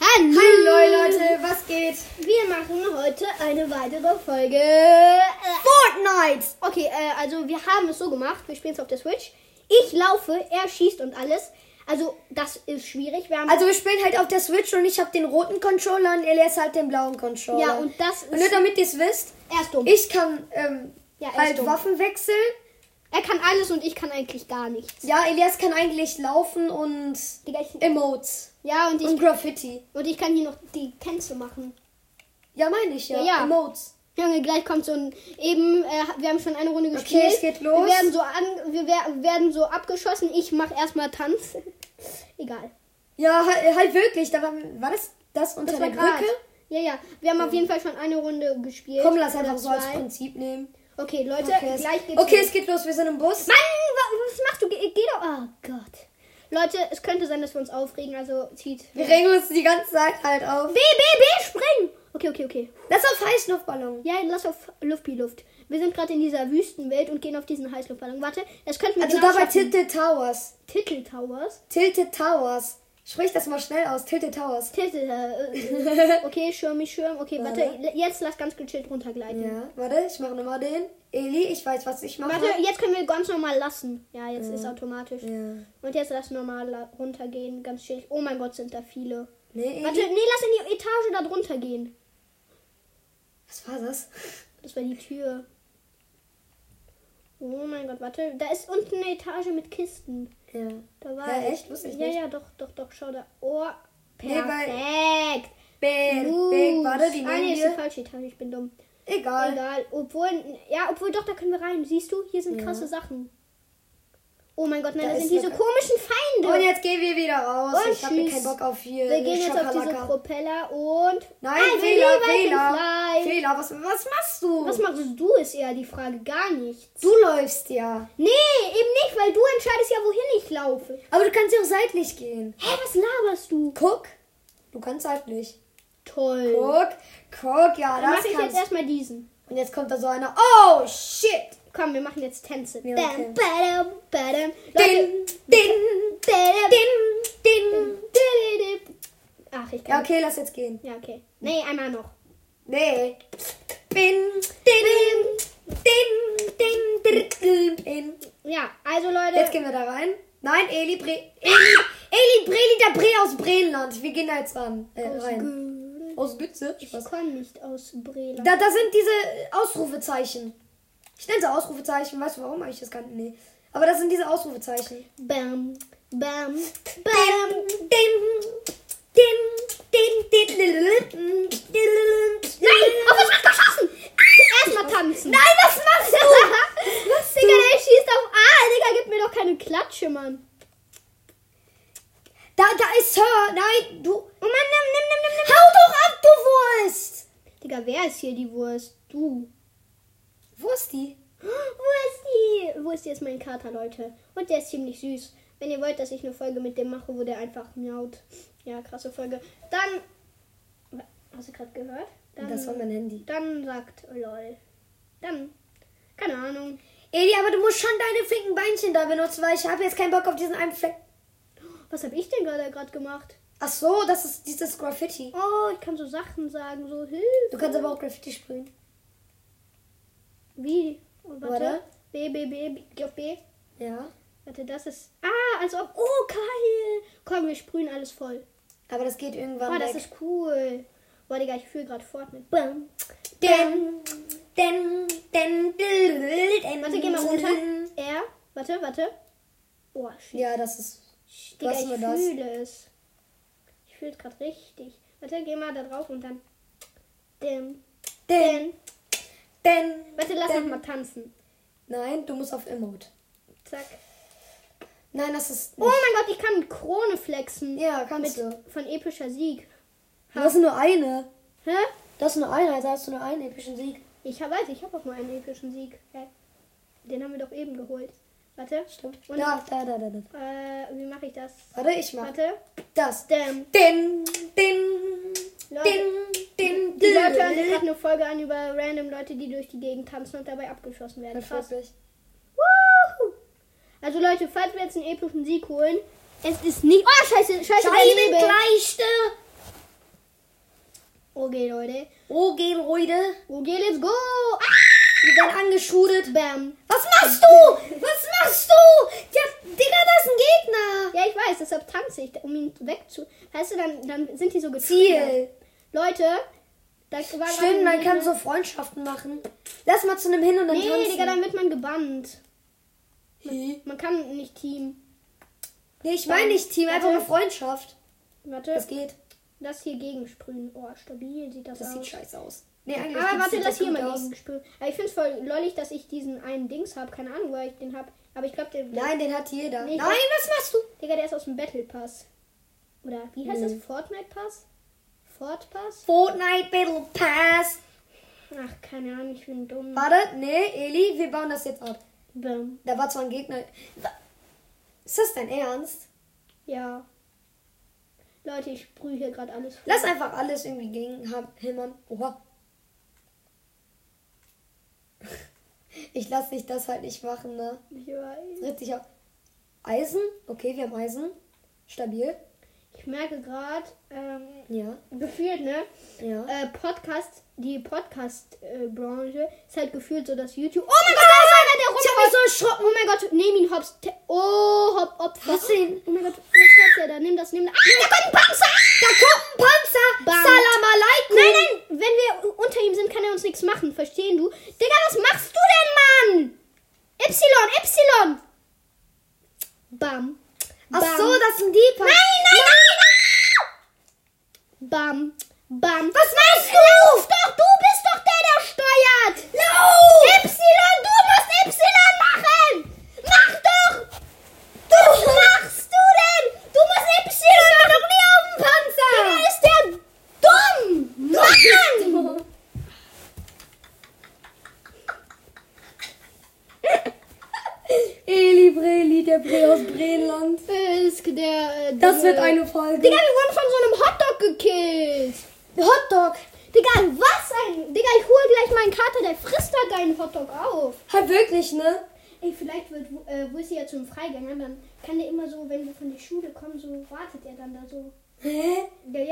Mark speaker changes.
Speaker 1: Hallo.
Speaker 2: Hallo Leute, was geht?
Speaker 1: Wir machen heute eine weitere Folge äh,
Speaker 2: Fortnite!
Speaker 1: Okay, äh, also wir haben es so gemacht, wir spielen es auf der Switch. Ich laufe, er schießt und alles. Also das ist schwierig. Wir haben
Speaker 2: Also wir spielen halt auf der Switch und ich habe den roten Controller und Elias hat den blauen Controller.
Speaker 1: ja und das
Speaker 2: Und nur
Speaker 1: ist
Speaker 2: damit ihr es wisst,
Speaker 1: er ist dumm.
Speaker 2: ich kann ähm,
Speaker 1: Ja, er ist
Speaker 2: halt
Speaker 1: dumm.
Speaker 2: Waffen wechseln.
Speaker 1: Er kann alles und ich kann eigentlich gar nichts.
Speaker 2: Ja, Elias kann eigentlich laufen und
Speaker 1: Digga, ich,
Speaker 2: Ähm, Emotes
Speaker 1: ja und
Speaker 2: und
Speaker 1: ich
Speaker 2: Graffiti.
Speaker 1: und ich kann hier noch die Tänze machen.
Speaker 2: Ja, meine ich ja.
Speaker 1: Ja, ja.
Speaker 2: Emotes.
Speaker 1: Junge, gleich kommt so ein eben. Äh, wir haben schon eine Runde gespielt.
Speaker 2: es geht los.
Speaker 1: Wir werden so an, wir wer, werden so abgeschossen. Ich mache erstmal Tanz. Egal.
Speaker 2: Ja, halt, halt wirklich. Da war, war das das unter
Speaker 1: Das war
Speaker 2: der
Speaker 1: gerade.
Speaker 2: Brücke?
Speaker 1: Ja, ja. Wir haben auf jeden Fall schon eine Runde gespielt.
Speaker 2: Komm, lass
Speaker 1: Oder
Speaker 2: einfach so als
Speaker 1: zwei.
Speaker 2: Prinzip nehmen.
Speaker 1: Okay, Leute,
Speaker 2: Okay,
Speaker 1: gleich
Speaker 2: es,
Speaker 1: geht's.
Speaker 2: okay
Speaker 1: los.
Speaker 2: es geht los. Wir sind im Bus.
Speaker 1: Mann, wa- was machst du? Geh, geh doch. Oh Gott. Leute, es könnte sein, dass wir uns aufregen, also zieht. B,
Speaker 2: Wir regen uns die ganze Zeit halt auf.
Speaker 1: B, B, spring! Okay, okay, okay.
Speaker 2: Lass auf Heißluftballon.
Speaker 1: Ja, lass auf Luft, B, Luft. Wir sind gerade in dieser Wüstenwelt und gehen auf diesen Heißluftballon. Warte, das könnten wir
Speaker 2: Also
Speaker 1: genau
Speaker 2: dabei
Speaker 1: schaffen.
Speaker 2: Tilted Towers.
Speaker 1: Titel Towers.
Speaker 2: Tilted Towers. Sprich das mal schnell aus. Tilted Towers.
Speaker 1: Titel. Äh, äh, okay, Schirm, ich Schirm. Okay, warte,
Speaker 2: Warte.
Speaker 1: l- jetzt lass ganz gechillt runtergleiten.
Speaker 2: Ja, warte, ich mache nochmal den. Eli, ich weiß, was ich mache.
Speaker 1: Warte, jetzt können wir ganz normal lassen. Ja, jetzt ist automatisch.
Speaker 2: Ja.
Speaker 1: Und jetzt lass normal la- runtergehen, ganz chillig. Oh mein Gott, sind da viele.
Speaker 2: Nee,
Speaker 1: Warte,
Speaker 2: Eli.
Speaker 1: nee, lass in die Etage da drunter gehen.
Speaker 2: Was war das?
Speaker 1: Das war die Tür. Oh mein Gott, warte. Da ist unten eine Etage mit Kisten.
Speaker 2: Ja.
Speaker 1: Da war
Speaker 2: Ja, echt? Wusste ich
Speaker 1: Ja,
Speaker 2: nicht.
Speaker 1: ja, doch, doch, doch. Schau da. Oh,
Speaker 2: Nee, weil-
Speaker 1: perfekt.
Speaker 2: Big,
Speaker 1: Gut.
Speaker 2: big, warte, die
Speaker 1: ah,
Speaker 2: nehmen
Speaker 1: nee, ist die
Speaker 2: wir.
Speaker 1: falsche Etage. Ich bin dumm.
Speaker 2: Egal.
Speaker 1: Egal. Obwohl, ja, obwohl, doch, da können wir rein. Siehst du, hier sind
Speaker 2: Ja.
Speaker 1: krasse Sachen. Oh mein Gott, nein,
Speaker 2: Da
Speaker 1: da,
Speaker 2: ist
Speaker 1: sind diese
Speaker 2: eine- Oh
Speaker 1: komischen Feinde.
Speaker 2: Und jetzt gehen wir wieder raus.
Speaker 1: Und
Speaker 2: ich habe
Speaker 1: Oh, tschüss.
Speaker 2: keinen Bock auf hier.
Speaker 1: Wir gehen jetzt auf diese
Speaker 2: Schakalaka.
Speaker 1: Propeller und.
Speaker 2: Nein,
Speaker 1: Ah,
Speaker 2: Fehler,
Speaker 1: Willi
Speaker 2: Fehler.
Speaker 1: Walkenfly.
Speaker 2: Fehler, was, was machst du?
Speaker 1: Was machst du, ist eher die Frage. Gar nichts.
Speaker 2: du läufst ja.
Speaker 1: Nee, eben nicht, weil du entscheidest ja, wohin ich laufe.
Speaker 2: Aber du kannst ja auch seitlich gehen.
Speaker 1: Hä, was laberst du?
Speaker 2: Guck. Du kannst seitlich.
Speaker 1: Toll.
Speaker 2: Guck, guck, ja,
Speaker 1: Dann mache
Speaker 2: das
Speaker 1: ich jetzt
Speaker 2: kannst du.
Speaker 1: erstmal diesen.
Speaker 2: Und jetzt kommt da so einer. Oh, shit.
Speaker 1: Komm, wir machen jetzt Tänze.
Speaker 2: Ja, okay.
Speaker 1: Bam, badam, badam.
Speaker 2: Din, din,
Speaker 1: badam,
Speaker 2: din, din.
Speaker 1: dididip. Ach, ich
Speaker 2: Ja,
Speaker 1: kann.
Speaker 2: okay, lass jetzt gehen.
Speaker 1: Ja, okay. Nee, einmal noch.
Speaker 2: Nee. Bin, din, din, din, din, din, bin.
Speaker 1: Ja, also Leute.
Speaker 2: Jetzt gehen wir da rein. Nein, Eli, Bre Eli, Eli Breli, der Bre aus Brelenland. Wir gehen da jetzt ran, äh,
Speaker 1: Aus
Speaker 2: rein.
Speaker 1: Gürtel.
Speaker 2: Aus Bütze?
Speaker 1: Ich kann nicht aus Brela.
Speaker 2: Da, da sind diese Ausrufezeichen. Ich nenne sie Ausrufezeichen. Weißt du, warum habe ich das kann? Nee. Aber das sind diese Ausrufezeichen.
Speaker 1: Bam, bam,
Speaker 2: Bam,
Speaker 1: bam.
Speaker 2: dim, dim, dim, dim, dim,
Speaker 1: Nein, auf was wird geschossen? Erstmal tanzen. Nein, was machst du? was, Digga, der schießt auf Ah, Digga, gib mir doch keine Klatsche, Mann.
Speaker 2: Da, da ist Sir. Nein, du.
Speaker 1: Oh Mann, nimm, nimm, nimm, nimm, nimm.
Speaker 2: Hau doch ab, du Wurst.
Speaker 1: Digga, wer ist hier die Wurst? Du.
Speaker 2: Wo ist die?
Speaker 1: Wo ist die? Wo ist jetzt mein Kater, Leute? Und der ist ziemlich süß. Wenn ihr wollt, dass ich eine Folge mit dem mache, wo der einfach miaut. Ja, krasse Folge. Dann. Hast du gerade gehört? Dann,
Speaker 2: Das war mein Handy.
Speaker 1: dann sagt oh lol. Dann. Keine Ahnung.
Speaker 2: Eli, aber du musst schon deine flinken Beinchen da benutzen, weil ich habe jetzt keinen Bock auf diesen einen Fleck.
Speaker 1: Was habe ich denn gerade gerade gemacht?
Speaker 2: Ach so, das ist dieses Graffiti.
Speaker 1: Oh, ich kann so Sachen sagen, so Hilfe.
Speaker 2: Du kannst aber auch Graffiti sprühen.
Speaker 1: Wie? Oh, warte.
Speaker 2: Warte.
Speaker 1: B, B, B, B, ich glaub B.
Speaker 2: Ja.
Speaker 1: Warte, das ist. Ah, als ob. Oh, geil. Komm, wir sprühen alles voll.
Speaker 2: Aber das geht irgendwann
Speaker 1: Oh, das
Speaker 2: weg.
Speaker 1: ist cool. Boah, Digga, ich fühle gerade Fortnite. Bam.
Speaker 2: Denn, denn, denn, denn.
Speaker 1: Warte, geh mal runter. R. Warte, warte. Oh, shit.
Speaker 2: Ja, das ist.
Speaker 1: Digga,
Speaker 2: lassen
Speaker 1: ich
Speaker 2: wir das.
Speaker 1: fühle es. Ich fühle es gerade richtig. Warte, geh mal da drauf und dann. Dim,
Speaker 2: Denn,
Speaker 1: dim.
Speaker 2: denn.
Speaker 1: Warte, lass
Speaker 2: denn.
Speaker 1: noch mal tanzen.
Speaker 2: Nein, du musst auf Emote.
Speaker 1: Zack.
Speaker 2: Nein, das ist.
Speaker 1: Oh mein Gott, ich kann mit Krone flexen.
Speaker 2: Ja,
Speaker 1: Mit,
Speaker 2: kannst du.
Speaker 1: von epischer Sieg.
Speaker 2: Das ist nur eine.
Speaker 1: Hä?
Speaker 2: Das ist nur eine, also hast du nur einen epischen Sieg.
Speaker 1: Ich hab, weiß, ich habe auch mal einen epischen Sieg. Hä? Den haben wir doch eben geholt. Warte.
Speaker 2: Stimmt.
Speaker 1: Und-
Speaker 2: Da, da, da, da, da.
Speaker 1: Äh, wie mache ich das?
Speaker 2: Warte, ich mach
Speaker 1: Warte.
Speaker 2: das.
Speaker 1: Damn.
Speaker 2: Denn, denn,
Speaker 1: Leute,
Speaker 2: denn, denn,
Speaker 1: Die Leute hören sich gerade eine Folge an über random Leute, die durch die Gegend tanzen und dabei abgeschossen werden. Krass.
Speaker 2: Wirklich.
Speaker 1: Wuhu! Also Leute, falls wir jetzt einen epischen Sieg holen, es ist nicht... Oh, scheiße, scheiße, der Nebel.
Speaker 2: Scheibenkleister.
Speaker 1: Okay, Leute.
Speaker 2: Okay, Leute.
Speaker 1: Okay, let's go.
Speaker 2: Wir werden angeschudet.
Speaker 1: Bam.
Speaker 2: Was machst du? Was machst du? Ja, Digga, das ist ein Gegner.
Speaker 1: Ja, ich weiß, deshalb tanze ich, um ihn wegzu... Weißt du, dann, dann sind die so getriggert.
Speaker 2: Ziel.
Speaker 1: Leute, da war
Speaker 2: Stimmt, man
Speaker 1: gerade-
Speaker 2: kann so Freundschaften machen. Lass mal zu einem hin und dann
Speaker 1: Nee,
Speaker 2: tanzen.
Speaker 1: Digga, dann wird man gebannt.
Speaker 2: nee,
Speaker 1: Man kann nicht Team.
Speaker 2: ich meine nicht Team, einfach eine Freundschaft.
Speaker 1: Warte,
Speaker 2: Das
Speaker 1: das,
Speaker 2: geht.
Speaker 1: hier gegensprühen. Oh, stabil sieht das,
Speaker 2: Das sieht
Speaker 1: aus.
Speaker 2: scheiße aus. Nee, eigentlich
Speaker 1: Aber
Speaker 2: sieht
Speaker 1: warte, lass hier
Speaker 2: gut
Speaker 1: mal
Speaker 2: aus.
Speaker 1: gegensprühen. Aber ich find's voll lollig, dass ich diesen einen Dings hab. Keine Ahnung, woher ich den hab. Aber ich glaube, der,
Speaker 2: Nein, den hat jeder.
Speaker 1: Nee, ich
Speaker 2: Nein, was machst du?
Speaker 1: Digga, der ist aus dem Battle Pass. Oder wie heißt
Speaker 2: Nee.
Speaker 1: das? Fortnite Pass? Fort Pass?
Speaker 2: Fortnite Battle Pass.
Speaker 1: Ach, keine Ahnung, ich bin dumm.
Speaker 2: Warte, nee, Eli, wir bauen das jetzt ab.
Speaker 1: Bam.
Speaker 2: Da war zwar ein Gegner. Ist das dein Ernst?
Speaker 1: Ja. Leute, ich sprühe hier gerade alles vor.
Speaker 2: Lass einfach alles irgendwie gegen hab- hämmern. Oha. Ich lass dich das halt nicht machen, ne?
Speaker 1: Ich weiß.
Speaker 2: Richtig auf. Eisen? Okay, wir haben Eisen. Stabil.
Speaker 1: Ich merke gerade, ähm,
Speaker 2: Ja.
Speaker 1: gefühlt, ne?
Speaker 2: Ja.
Speaker 1: Äh, Podcast, die Podcast-Branche ist halt gefühlt so, dass YouTube.
Speaker 2: Oh mein Gott, da ist einer, der
Speaker 1: Ah! Ich hab mich so erschrocken. Oh mein Gott, nehm ihn, hops. Te- Oh, hopp, Opfer.
Speaker 2: Was denn?
Speaker 1: Oh mein Gott, was hat der da? Nimm das, nimm das. Ah,
Speaker 2: Da kommt ein Panzer! Da kommt ein Panzer!
Speaker 1: Bam.
Speaker 2: Salam alaikum!
Speaker 1: nein, nein, wenn wir unter ihm sind, kann er uns nichts machen. Verstehen du? Digga, was machst du denn, Mann? Y, Y. Bam.
Speaker 2: Ach
Speaker 1: Bam.
Speaker 2: so, das sind die Panzer.
Speaker 1: Nein, nein, nein, nein! Bam, bam. Was machst du? Lauf doch, du bist doch der, der steuert! Lauf! Y, du musst Y machen! Mach doch! Was machst du denn? Du musst Y Ich war doch nie auf dem Panzer! Digga, ist der dumm! Mann!
Speaker 2: Eli Breli, der Bre aus Breland.
Speaker 1: Äh, Ist der, äh,
Speaker 2: Das
Speaker 1: dumme-
Speaker 2: wird eine Folge.
Speaker 1: Digga, wir wurden von so einem Hotdog gekillt!
Speaker 2: Hotdog.
Speaker 1: Digga, was ein. Digga, ich hole gleich meinen Kater, der frisst da deinen Hotdog auf.
Speaker 2: Halt wirklich, ne?
Speaker 1: Ey, vielleicht wird äh, Wissy ja zum Freigänger, dann kann der immer so, wenn wir von der Schule kommen, so wartet er dann da so.
Speaker 2: Hä?
Speaker 1: Der